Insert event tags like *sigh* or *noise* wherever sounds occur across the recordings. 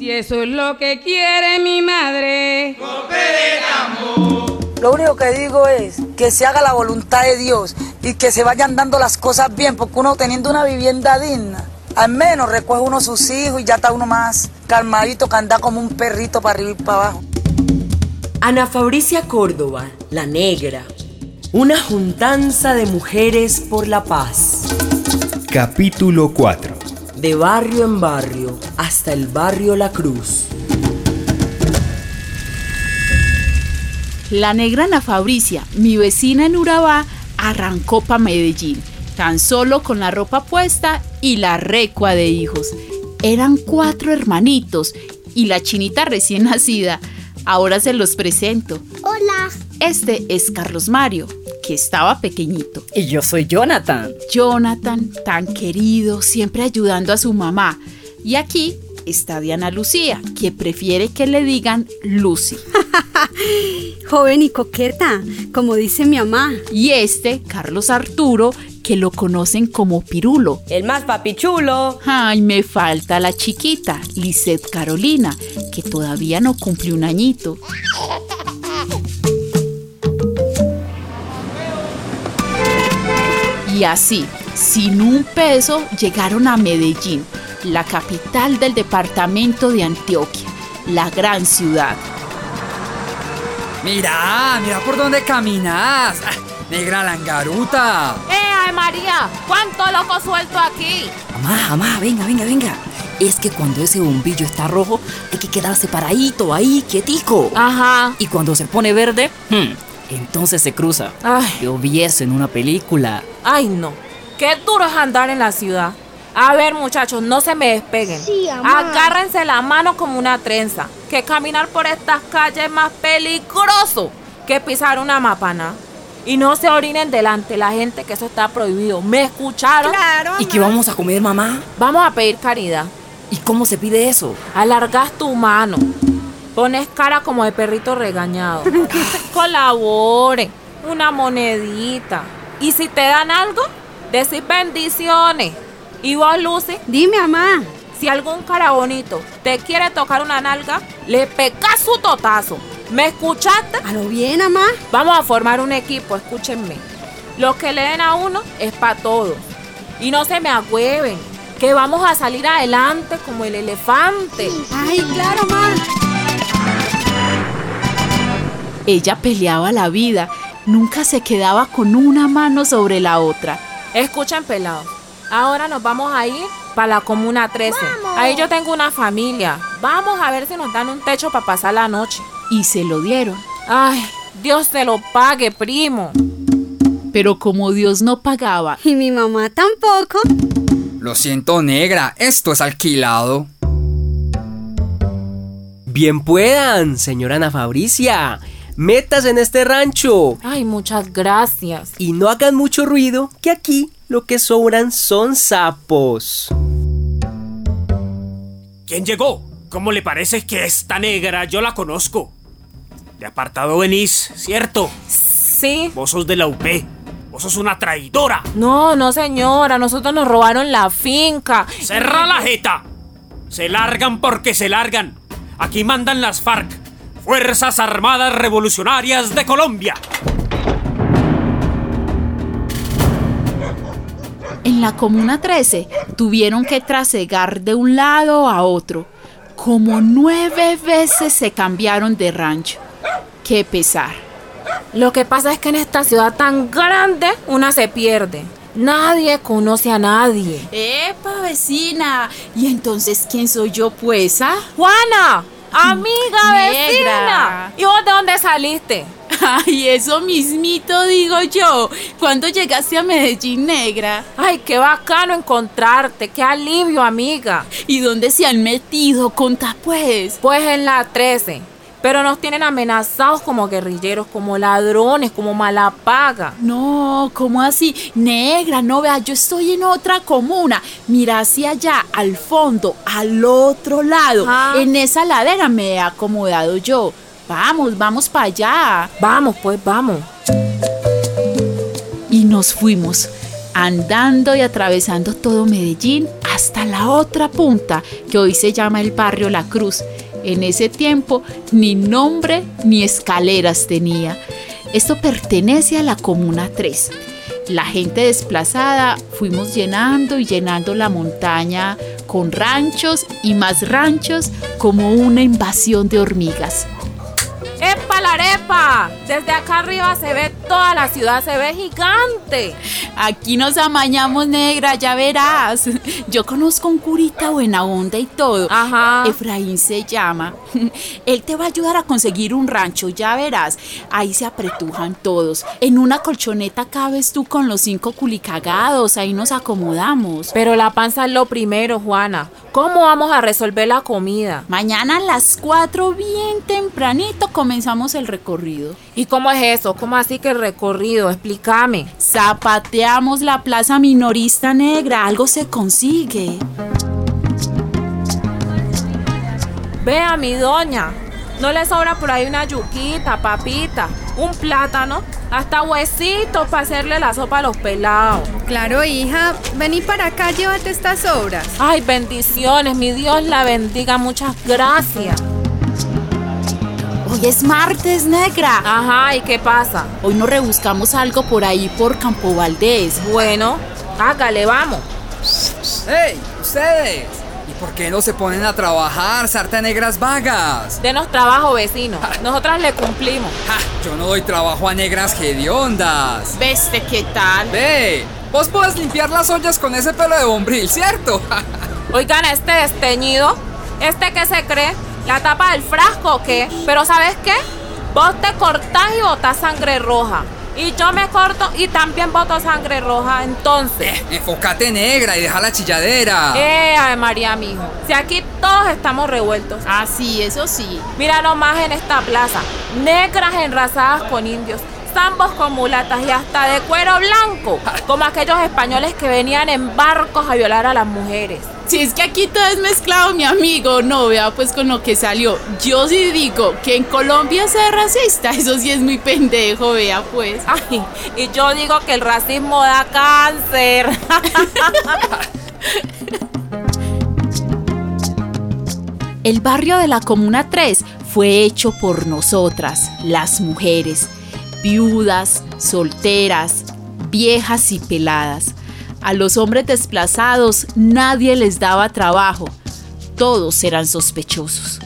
Eso es lo que quiere mi madre. Lo único que digo es que se haga la voluntad de Dios y que se vayan dando las cosas bien, porque uno teniendo una vivienda digna, al menos recoge uno sus hijos y ya está uno más calmadito que anda como un perrito para arriba y para abajo. Ana Fabricia Córdoba, la negra. Una juntanza de mujeres por la paz. Capítulo 4. De barrio en barrio, hasta el barrio La Cruz. La negra Ana Fabricia, mi vecina en Urabá, arrancó para Medellín, tan solo con la ropa puesta y la recua de hijos. Eran cuatro hermanitos y la chinita recién nacida. Ahora se los presento. Hola. Este es Carlos Mario, que estaba pequeñito. Y yo soy Jonathan. Jonathan, tan querido, siempre ayudando a su mamá. Y aquí está Diana Lucía, que prefiere que le digan Lucy. Joven y coqueta, como dice mi mamá. Y este, Carlos Arturo, que lo conocen como Pirulo. El más papichulo. Ay, me falta la chiquita, Lisette Carolina, que todavía no cumplió un añito. Y así, sin un peso, llegaron a Medellín, la capital del departamento de Antioquia, la gran ciudad. Mira, mira por dónde caminas. Ah, Negra langaruta. ¡Eh, María! ¿Cuánto loco suelto aquí? Amá, amá, venga, venga, venga. Es que cuando ese bombillo está rojo, hay que quedarse paradito ahí, quietico. Ah. Ajá. Y cuando se pone verde, hmm, entonces se cruza. Ay. Yo vi eso en una película. Ay, no. Qué duro es andar en la ciudad. A ver, muchachos, no se me despeguen. Sí, amá. Agárrense la mano como una trenza. Que caminar por estas calles es más peligroso que pisar una mapana. Y no se orinen delante la gente, que eso está prohibido. ¿Me escucharon? ¿Y qué vamos a comer, mamá? Vamos a pedir caridad. ¿Y cómo se pide eso? Alargas tu mano. Pones cara como de perrito regañado. Colabore. Una monedita. Y si te dan algo, decís bendiciones. Y vos, Lucy, Dime, mamá. si algún cara bonito te quiere tocar una nalga, le pecas su totazo. ¿Me escuchaste? A lo bien, mamá. Vamos a formar un equipo, escúchenme. Lo que le den a uno es para todos. Y no se me agüeven, que vamos a salir adelante como el elefante. Ay, claro, mamá. Ella peleaba la vida, nunca se quedaba con una mano sobre la otra. Escuchen, pelados. Ahora nos vamos a ir para la Comuna 13. Ahí yo tengo una familia. Vamos a ver si nos dan un techo para pasar la noche. Y se lo dieron. Ay, Dios te lo pague, primo. Pero como Dios no pagaba, Y mi mamá tampoco. Lo siento, negra. Esto es alquilado. Bien puedan, señora Ana Fabricia. Metas en este rancho Ay, muchas gracias. y no hagan mucho ruido, que aquí lo que sobran son sapos. ¿Quién llegó? ¿Cómo le parece que esta negra yo la conozco? De apartado venís, ¿cierto? Sí. Vos sos de la UP. Vos sos una traidora. No, no, señora. Nosotros nos robaron la finca. ¡Cerra la jeta! Se largan porque se largan. Aquí mandan las FARC, Fuerzas Armadas Revolucionarias de Colombia. en la Comuna 13 tuvieron que trasegar de un lado a otro. Como nueve veces se cambiaron de rancho. Qué pesar. Lo que pasa es que en esta ciudad tan grande, una se pierde. Nadie conoce a nadie. ¡Epa, vecina! ¿Y entonces quién soy yo, pues, ah? *laughs* Juana, amiga Negra. vecina. ¿Y vos de dónde saliste? Ay, eso mismito digo yo. ¿Cuándo llegaste a Medellín Negra? Ay, qué bacano encontrarte. Qué alivio, amiga. ¿Y dónde se han metido? Conta pues. Pues en la 13. Pero nos tienen amenazados como guerrilleros, como ladrones, como mala paga. No, ¿cómo así? Negra, no vea, yo estoy en otra comuna. Mira hacia allá, al fondo, al otro lado. Ah. En esa ladera me he acomodado yo. Vamos, vamos para allá. Vamos, pues vamos. Y nos fuimos, andando y atravesando todo Medellín hasta la otra punta, que hoy se llama el barrio La Cruz. En ese tiempo ni nombre ni escaleras tenía. Esto pertenece a la Comuna 3. La gente desplazada fuimos llenando y llenando la montaña con ranchos y más ranchos como una invasión de hormigas. ¡Epa la arepa! Desde acá arriba se ve toda la ciudad, se ve gigante. Aquí nos amañamos, negra, ya verás. Yo conozco un curita buena onda y todo. Ajá. Efraín se llama. *laughs* Él te va a ayudar a conseguir un rancho, ya verás. Ahí se apretujan todos. En una colchoneta cabes tú con los cinco culicagados, ahí nos acomodamos. Pero la panza es lo primero, Juana. ¿Cómo vamos a resolver la comida? Mañana a las 4 bien tempranito comenzamos el recorrido. ¿Y cómo es eso? ¿Cómo así que el recorrido? Explícame. Zapateamos la plaza minorista negra, algo se consigue. Vea mi doña, no le sobra por ahí una yuquita, papita, un plátano, hasta huesitos para hacerle la sopa a los pelados. Claro, hija, vení para acá, llévate estas obras. Ay, bendiciones, mi Dios la bendiga, muchas gracias. Hoy es martes, negra. Ajá, ¿y qué pasa? Hoy nos rebuscamos algo por ahí por Campo Valdés. Bueno, hágale, vamos. ¡Hey, ustedes! ¿Y por qué no se ponen a trabajar, sarta de negras vagas? Denos trabajo, vecino. Nosotras le cumplimos. Ja, yo no doy trabajo a negras hediondas. Veste, ¿qué tal? ¡Ve! Vos podés limpiar las ollas con ese pelo de bombril, ¿cierto? *laughs* Oigan, a este desteñido, ¿este qué se cree? ¿La tapa del frasco o qué? Pero ¿sabes qué? Vos te cortás y botás sangre roja. Y yo me corto y también boto sangre roja, entonces. Eh, enfócate negra y deja la chilladera. Eh, Ave María, mijo. Si aquí todos estamos revueltos. Ah, sí, eso sí. Mira nomás en esta plaza. Negras enrazadas con indios. Zambos con mulatas y hasta de cuero blanco. Como aquellos españoles que venían en barcos a violar a las mujeres. Si es que aquí todo es mezclado, mi amigo, no vea pues con lo que salió. Yo sí digo que en Colombia sea racista, *laughs* eso sí es muy pendejo, vea pues. Ay, y yo digo que el racismo da cáncer. *laughs* el barrio de la Comuna 3 fue hecho por nosotras, las mujeres, viudas, solteras, viejas y peladas. A los hombres desplazados nadie les daba trabajo. Todos eran sospechosos.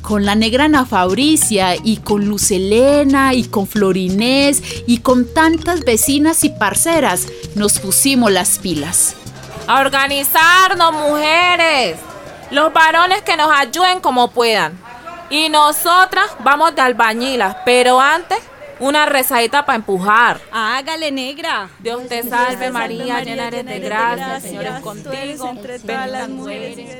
Con la negra Ana Fabricia y con Luz Elena y con Florinés y con tantas vecinas y parceras nos pusimos las pilas. A organizarnos, mujeres. Los varones que nos ayuden como puedan. Y nosotras vamos de albañilas, pero antes una rezadita para empujar. Hágale, negra. Dios te salve, Dios te Pues, salve María, María, llena eres de gracia, gracia Señor es contigo, entre todas las mujeres.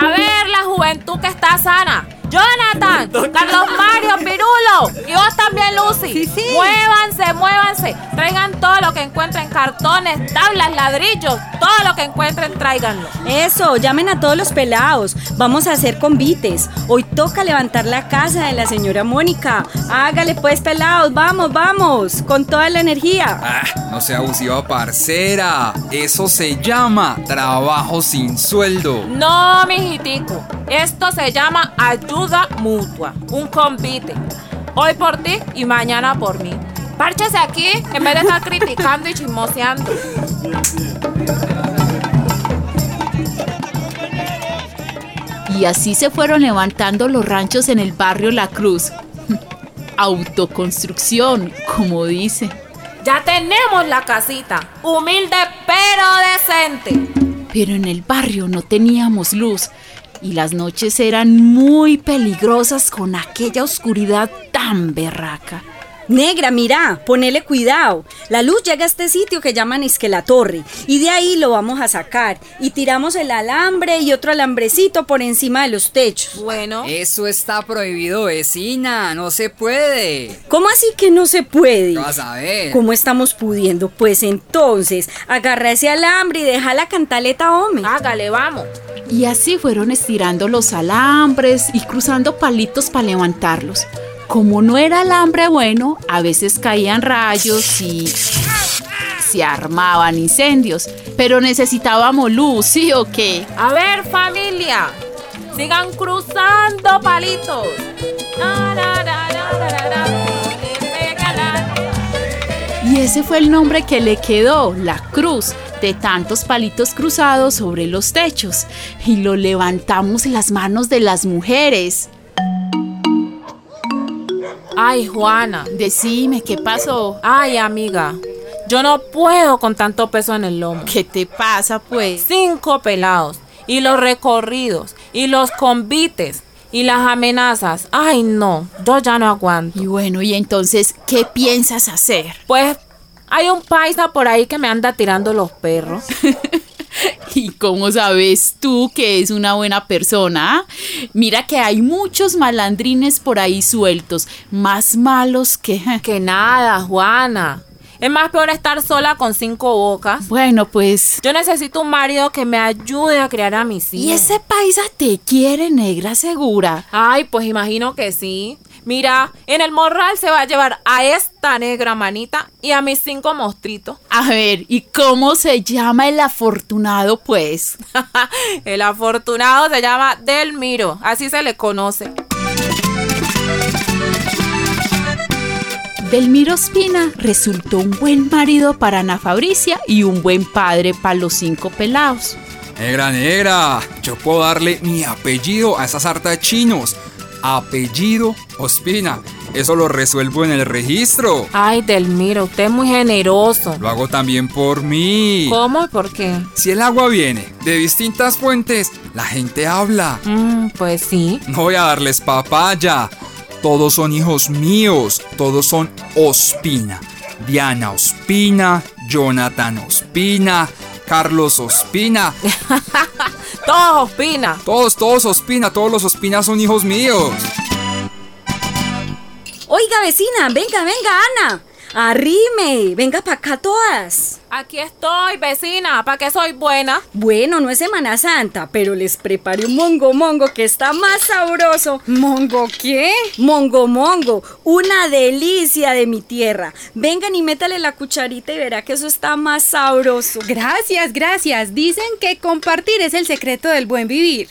A ver, la juventud que está sana. Jonathan, Carlos Mario, Pirulo y vos también, Lucy. Sí, sí. Muévanse, muévanse. Traigan todo lo que encuentren: cartones, tablas, ladrillos. Todo lo que encuentren, tráiganlo. Eso, llamen a todos los pelados. Vamos a hacer convites. Hoy toca levantar la casa de la señora Mónica. Hágale, pues, pelados. Vamos, vamos. Con toda la energía. Ah, no sea abusiva, parcera. Eso se llama trabajo sin sueldo. No, mijitico. Esto se llama ayuda mutua, un convite. Hoy por ti y mañana por mí. Párchese aquí en vez de estar criticando y chismoseando. Y así se fueron levantando los ranchos en el barrio La Cruz. *laughs* Autoconstrucción, como dice. Ya tenemos la casita, humilde pero decente. Pero en el barrio no teníamos luz y las noches eran muy peligrosas con aquella oscuridad tan berraca. Negra, mira, ponele cuidado. La luz llega a este sitio que llaman Isque la Torre y de ahí lo vamos a sacar y tiramos el alambre y otro alambrecito por encima de los techos. Bueno. Eso está prohibido, vecina, no se puede. ¿Cómo así que no se puede? Vas a ver. ¿Cómo estamos pudiendo? Pues entonces, agarra ese alambre y deja la cantaleta, hombre. Hágale, vamos. Y así fueron estirando los alambres y cruzando palitos para levantarlos. Como no era alambre bueno, a veces caían rayos y... se armaban incendios, pero necesitábamos luz, ¿sí o qué? A ver, familia, sigan cruzando palitos. Na, na, na, na, na, na, na. Y ese fue el nombre que le quedó, la cruz, de tantos palitos cruzados sobre los techos. Y lo levantamos en las manos de las mujeres. Ay, Juana, decime qué pasó. Ay, amiga, yo no puedo con tanto peso en el lomo. ¿Qué te pasa, pues? Cinco pelados, y los recorridos, y los convites, y las amenazas. Ay, no, yo ya no aguanto. Y bueno, y entonces, ¿qué piensas hacer? *laughs* Pues hay un paisa por ahí que me anda tirando los perros. ¿Y cómo sabes tú que es una buena persona? ¿ah? Mira que hay muchos malandrines por ahí sueltos, más malos que... *laughs* Que nada, Juana. Es más peor estar sola con cinco bocas. Bueno, pues... Yo necesito un marido que me ayude a criar a mis hijos. Y ese paisa te quiere, negra segura. Ay, pues imagino que sí. Mira, en el morral se va a llevar a esta negra manita y a mis cinco mostritos. A ver, ¿y cómo se llama el afortunado, pues? el afortunado se llama Delmiro, así se le conoce. Delmiro Espina resultó un buen marido para Ana Fabricia y un buen padre para los cinco pelados. Negra, negra, yo puedo darle mi apellido a esas hartas chinos apellido Ospina. Eso lo resuelvo en el registro. Ay, Delmiro, usted es muy generoso. Lo hago también por mí. ¿Cómo y por qué? Si el agua viene de distintas fuentes, la gente habla. Mm, pues sí. No voy a darles papaya. Todos son hijos míos. Todos son Ospina. Diana Ospina, Jonathan Ospina, Carlos Ospina. todos Ospina. Todos, todos Ospina, todos los Ospina son hijos míos. Oiga, vecina, venga, venga, Ana. Arrime, venga para acá todas. Aquí estoy, vecina, ¿para qué soy buena? Bueno, no es Semana Santa, pero les preparé un mongo mongo que está más sabroso. ¿Mongo qué? Mongo mongo, una delicia de mi tierra. Vengan y métale la cucharita y verá que eso está más sabroso. Gracias, gracias. Dicen que compartir es el secreto del buen vivir.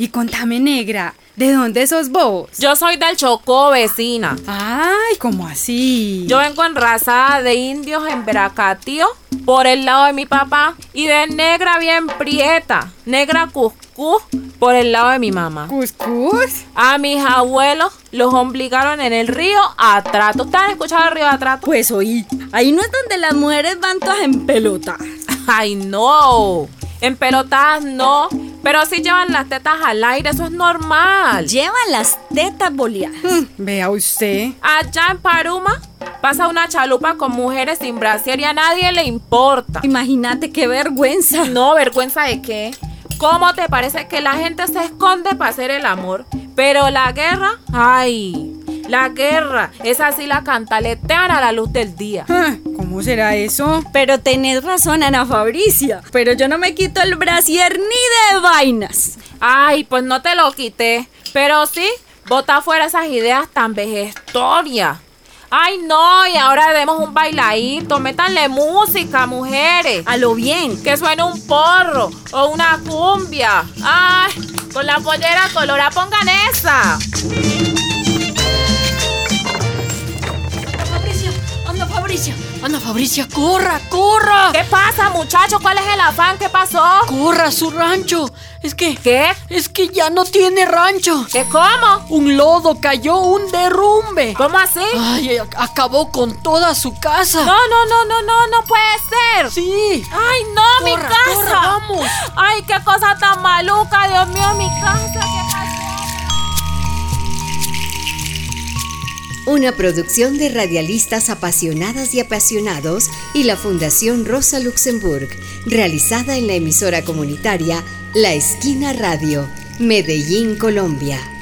Y contame, negra, ¿de dónde sos vos? Yo soy del Chocó, vecina. Ay, ¿cómo así? Yo vengo enrazada de indios en Veracatío, por el lado de mi papá, y de negra bien prieta, negra cuscús, por el lado de mi mamá. ¿Cuscús? A mis abuelos los obligaron en el río Atrato. ¿Ustedes han escuchado el río Atrato? Pues oí, ahí no es donde las mujeres van todas en pelotas. *laughs* Ay, no. En pelotas no. Pero si sí llevan las tetas al aire, eso es normal. Llevan las tetas boleadas. Hmm, vea usted. Allá en Paruma pasa una chalupa con mujeres sin brasier y a nadie le importa. Imagínate qué vergüenza. No, vergüenza de qué. ¿Cómo te parece que la gente se esconde para hacer el amor? Pero la guerra, ay, la guerra, esa sí la cantaletean a la luz del día. Ah. ¿Cómo será eso? Pero tenés razón, Ana Fabricia. Pero yo no me quito el brasier ni de vainas. Ay, pues no te lo quité. Pero sí, bota fuera esas ideas tan vejestorias. Ay, no, y ahora demos un bailadito. Métanle música, mujeres. A lo bien. Que suene un porro o una cumbia. Ay, con la pollera colorada pongan esa. Fabricia, Ana Fabricia, corra, corra. ¿Qué pasa, muchacho? ¿Cuál es el afán? ¿Qué pasó? Corra a su rancho. Es que. ¿Qué? Es que ya no tiene rancho. ¿Qué cómo? Un lodo cayó, un derrumbe. ¿Cómo así? Ay, acabó con toda su casa. No, no, no, no, no, no puede ser. Sí. Ay, no, corra, mi casa. Corra, vamos. Ay, qué cosa tan maluca, Dios mío, mi casa. ¿Qué pasó? una producción de radialistas apasionadas y apasionados y la Fundación Rosa Luxemburg, realizada en la emisora comunitaria La Esquina Radio, Medellín, Colombia.